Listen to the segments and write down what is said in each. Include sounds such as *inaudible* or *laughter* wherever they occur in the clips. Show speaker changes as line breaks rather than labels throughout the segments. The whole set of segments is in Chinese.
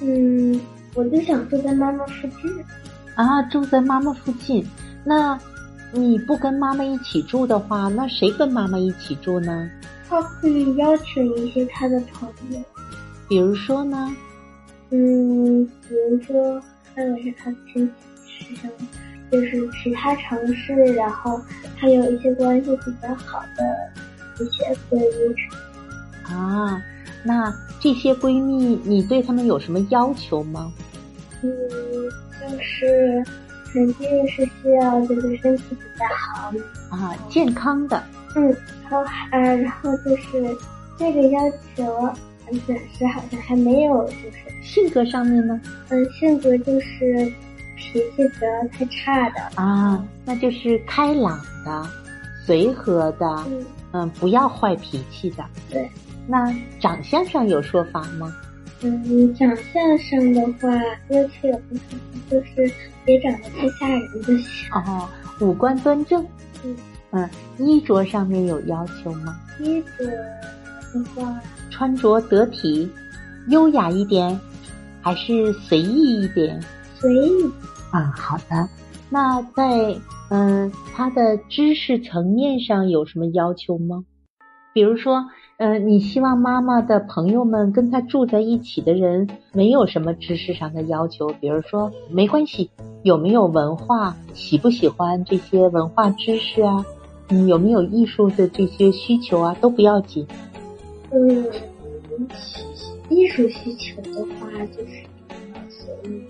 嗯，我就想住在妈妈附近。
啊，住在妈妈附近。那你不跟妈妈一起住的话，那谁跟妈妈一起住呢？
她可以邀请一些她的朋友，
比如说呢？
嗯，比如说还有是她亲戚什么，就是其他城市，然后还有一些关系比较好的一些闺蜜。
啊，那这些闺蜜，你对她们有什么要求吗？
嗯，就是肯定是需要就是身体比较好，
啊，健康的
嗯，然后呃，然后就是这个要求，嗯，暂时好像还没有，就是
性格上面呢？
嗯，性格就是脾气不要太差的，
啊，那就是开朗的、随和的，
嗯，
嗯，不要坏脾气的。
对，
那长相上有说法吗？
嗯，长相上的话，要求也不是，就是别长得太吓人就行。 *laughs*
哦，五官端正。
嗯
嗯，衣着上面有要求吗？
衣着的话，
穿着得体、优雅一点，还是随意一点？
随意，
啊，好的。那在嗯，他的知识层面上有什么要求吗？比如说，呃，你希望妈妈的朋友们跟他住在一起的人没有什么知识上的要求，比如说没关系，有没有文化，喜不喜欢这些文化知识啊，嗯，有没有艺术的这些需求啊，都不要紧。
嗯，艺术需求的话就是比较随意。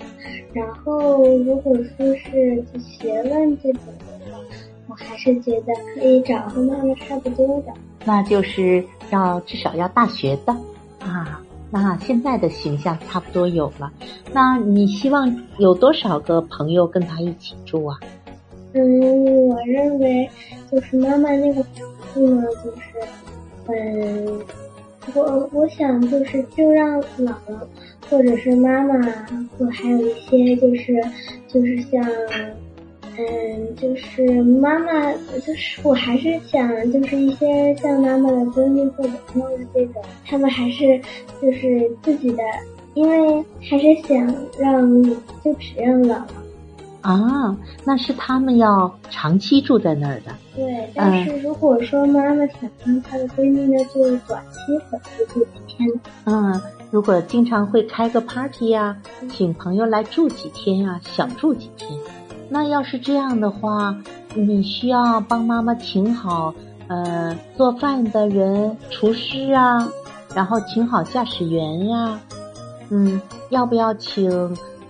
然后，如果说是就学问这种的话，我还是觉得可以找和妈妈差不多的。
那就是要至少要大学的啊。那现在的形象差不多有了。那你希望有多少个朋友跟他一起住啊？
嗯，我认为就是妈妈那个程度呢，就是，嗯，我我想就是就让姥姥或者是妈妈，或还有一些就是就是像，嗯，就是妈妈，就是我还是想就是一些像妈妈的闺蜜或者朋友的这种，他们还是就是自己的，因为还是想让就只让姥姥。
啊，那是他们要长期住在那儿的。
对，
嗯
但是如果说妈妈想跟她的闺蜜呢，就是短期的就住几天，
嗯，如果经常会开个 party 呀、请朋友来住几天呀、想住几天。那要是这样的话，你需要帮妈妈请好呃做饭的人、厨师啊，然后请好驾驶员呀、嗯，要不要请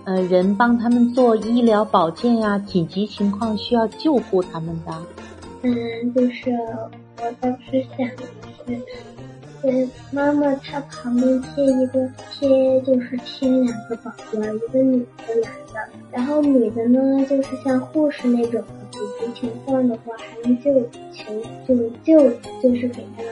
呃人帮他们做医疗保健呀、紧急情况需要救护他们的。
嗯，就是我当时想的是，对妈妈她旁边贴一个贴，就是贴两个保镖，一个女的，一个男的。然后女的呢，就是像护士那种，紧急情况的话还能救求就是救，就是给她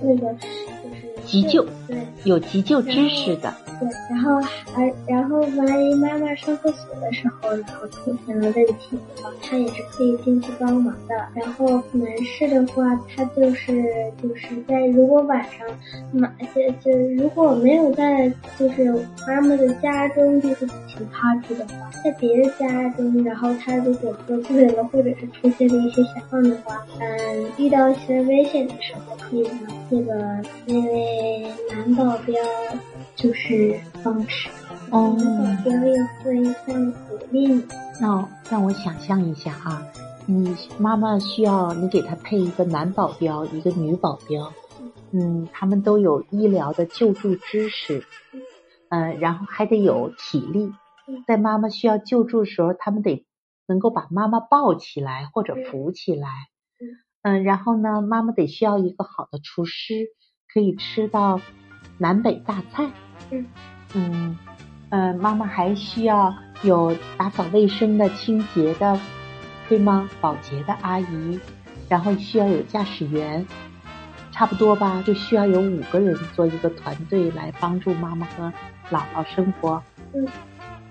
那个就是
急救
对。
有急救知识的，
对，然后还然后万一妈妈上厕所的时候，然后出现了问题的话，她也是可以进去帮忙的。然后男士的话，他就是就是在如果晚上妈就就是如果没有在就是妈妈的家中就是举行 party 的话，在别人家中，然后他如果喝醉了或者是出现了一些情况的话，嗯，遇到一些危险的时候，可以让那个那位呃男保镖就是帮他。
哦
男保镖也会像鼓励你，
那我让我想象一下啊，你妈妈需要你给她配一个男保镖，一个女保镖，嗯，他们都有医疗的救助知识，呃，然后还得有体力
嗯，
在妈妈需要救助的时候，他们得能够把妈妈抱起来或者扶起来，嗯、然后呢，妈妈得需要一个好的厨师，可以吃到南北大菜，
嗯
嗯，呃，妈妈还需要有打扫卫生的、清洁的，对吗？保洁的阿姨，然后需要有驾驶员，差不多吧，就需要有五个人做一个团队来帮助妈妈和姥姥生活。
嗯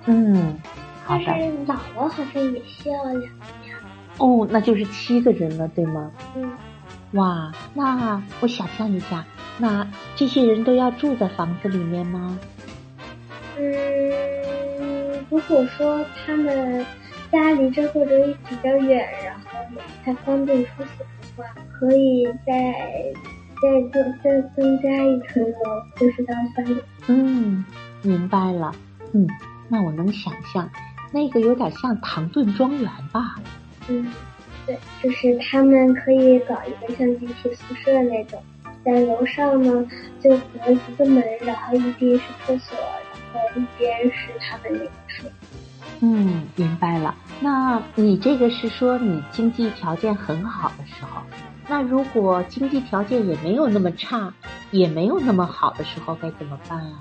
嗯，好
但是
的。
姥姥好像也需要两个呀，
哦，那就是七个人了，对吗？
嗯，
哇，那我想象一下，那这些人都要住在房子里面吗？
嗯，如果说他们家离这或者比较远，然后也不太方便出行的话，可以再再增再增加一层楼，就是当三楼。
嗯，明白了。嗯，那我能想象，那个有点像唐顿庄园吧？
嗯，对，就是他们可以搞一个像集体宿舍那种，在楼上呢就隔一个门，然后一边是厕所，然后一边是他们那个书。
嗯，明白了。那你这个是说你经济条件很好的时候，那如果经济条件也没有那么差，也没有那么好的时候，该怎么办啊？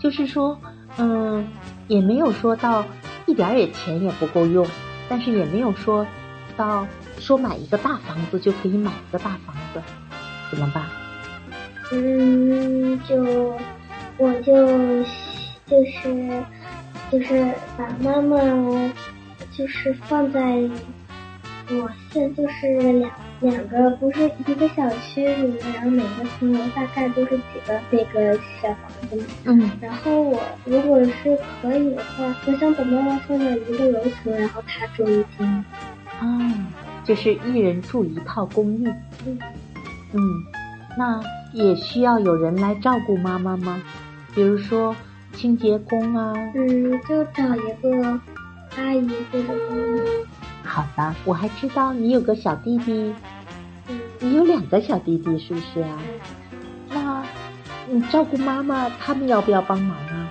就是说，嗯，也没有说到一点儿也钱也不够用，但是也没有说到说买一个大房子就可以买一个大房子，怎么办？
嗯，就我就就是就是把妈妈就是放在我现就是两两个不是一个小区里面，然后每个层楼大概都是几个那个小房子嘛。
嗯
然后我如果是可以的话，我想把妈妈放到一个楼层，然后她住一间。
啊，就是一人住一套公寓。
嗯
嗯，那也需要有人来照顾妈妈吗？比如说清洁工啊。
嗯，就找一个阿姨或者公寓。
好吧，我还知道你有个小弟弟，
嗯
你有两个小弟弟是不是啊？那你照顾妈妈，他们要不要帮忙啊？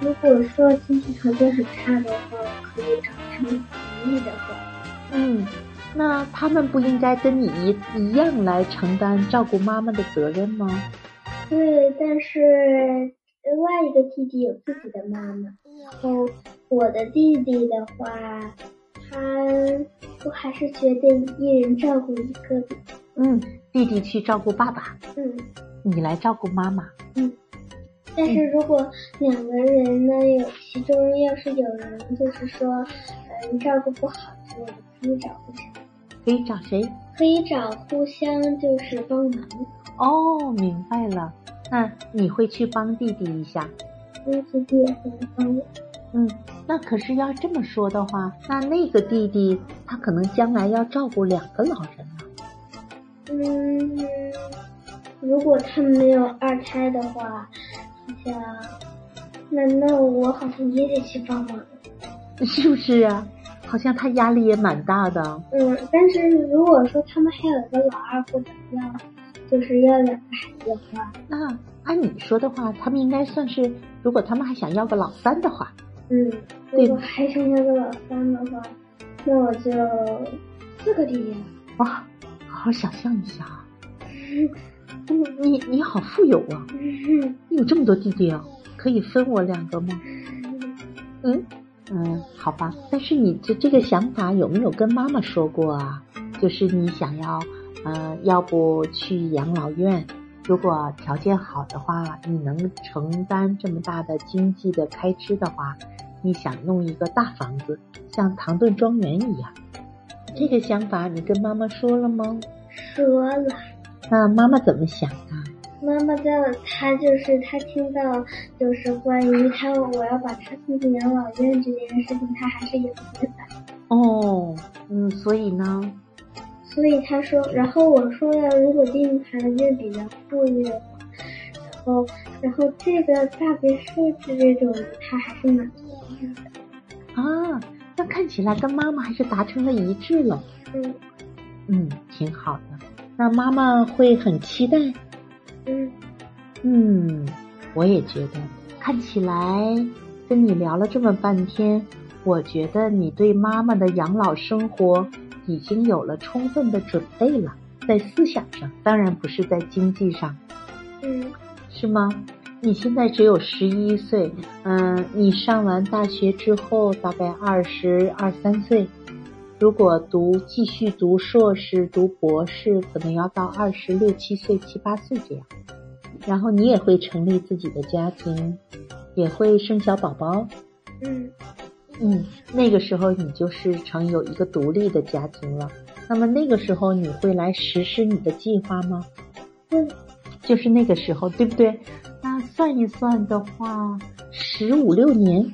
如果说经济条件很差的话，我可以找他们同意的话。
嗯，那他们不应该跟你一一样来承担照顾妈妈的责任吗？
对，但是另外一个弟弟有自己的妈妈，然后我的弟弟的话，他我还是决定一人照顾一个。
嗯，弟弟去照顾爸爸，
嗯。
你来照顾妈妈。
但是如果两个人呢，有其中要是有人就是说，嗯，照顾不好的时候，可以找互相，
可以找谁？
可以找互相就是帮忙。
哦，明白了。那你会去帮弟弟一下。
那自己也能帮我。
嗯，那可是要这么说的话，那那个弟弟他可能将来要照顾两个老人了。
嗯，如果他们没有二胎的话，好像，那那我好像也得去帮忙。
*laughs* 是不是啊？好像他压力也蛮大的。
嗯，但是如果说他们还有一个老二或者要，就是要两个孩子的话，
那按你说的话，他们应该算是，如果他们还想要个老三的话，
嗯，
对
如果还剩下个老三的话，那我就四个弟弟了。
哇，好好想象一下啊！你你你好富有啊！你有这么多弟弟啊，可以分我两个吗？嗯嗯，好吧。但是你这这个想法有没有跟妈妈说过啊？就是你想要，呃，要不去养老院？如果条件好的话，你能承担这么大的经济的开支的话，你想弄一个大房子，像唐顿庄园一样。这个想法你跟妈妈说了吗？
说了，
那妈妈怎么想啊？
妈妈叫他，就是他听到就是关于他我要把他送进养老院这件事情，他还是有点反对。
哦，嗯，所以呢，
所以他说，然后我说要如果弟弟条件比较富裕的话，然后然后这个大别墅之这种，他还是蛮同意的。
啊，那看起来跟妈妈还是达成了一致了。
嗯
嗯，挺好的。那妈妈会很期待。
嗯
嗯，我也觉得。看起来跟你聊了这么半天，我觉得你对妈妈的养老生活已经有了充分的准备了，在思想上，当然不是在经济上。
嗯
是吗？你现在只有十一岁，嗯、你上完大学之后大概二十二三岁，如果读继续读硕士、读博士，可能要到二十六七岁、七八岁这样。然后你也会成立自己的家庭，也会生小宝宝，
嗯
嗯，那个时候你就是成有一个独立的家庭了。那么那个时候你会来实施你的计划吗？
嗯，
就是那个时候，对不对？那算一算的话，十五六年，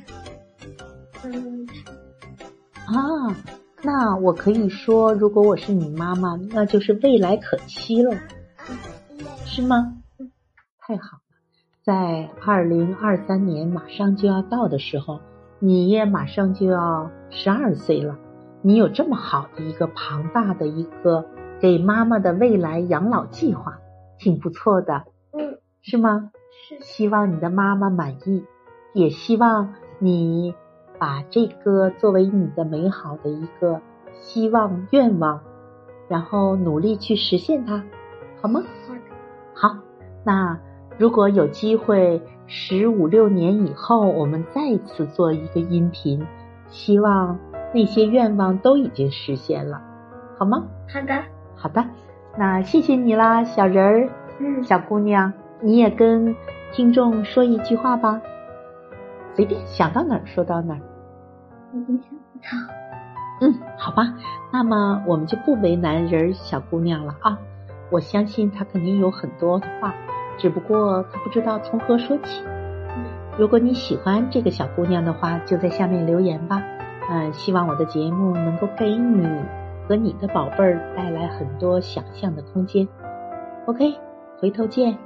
啊，那我可以说，如果我是你妈妈，那就是未来可期了，
嗯
是吗？太好了，在二零二三年马上就要到的时候，你也马上就要十二岁了，你有这么好的一个庞大的一个给妈妈的未来养老计划，挺不错的，
嗯，
是吗？
是的，
希望你的妈妈满意，也希望你把这个作为你的美好的一个希望愿望，然后努力去实现它，好吗？
好的，
好，那如果有机会十五六年以后，我们再次做一个音频，希望那些愿望都已经实现了，好吗？
好的，
好的，那谢谢你啦，小人儿。
嗯，
小姑娘，你也跟听众说一句话吧，随便想到哪儿说到哪儿。
我已经想不到，
嗯，好吧，那么我们就不为难人儿小姑娘了啊。我相信她肯定有很多的话，只不过她不知道从何说起。如果你喜欢这个小姑娘的话，就在下面留言吧。嗯、希望我的节目能够给你和你的宝贝儿带来很多想象的空间。OK，回头见。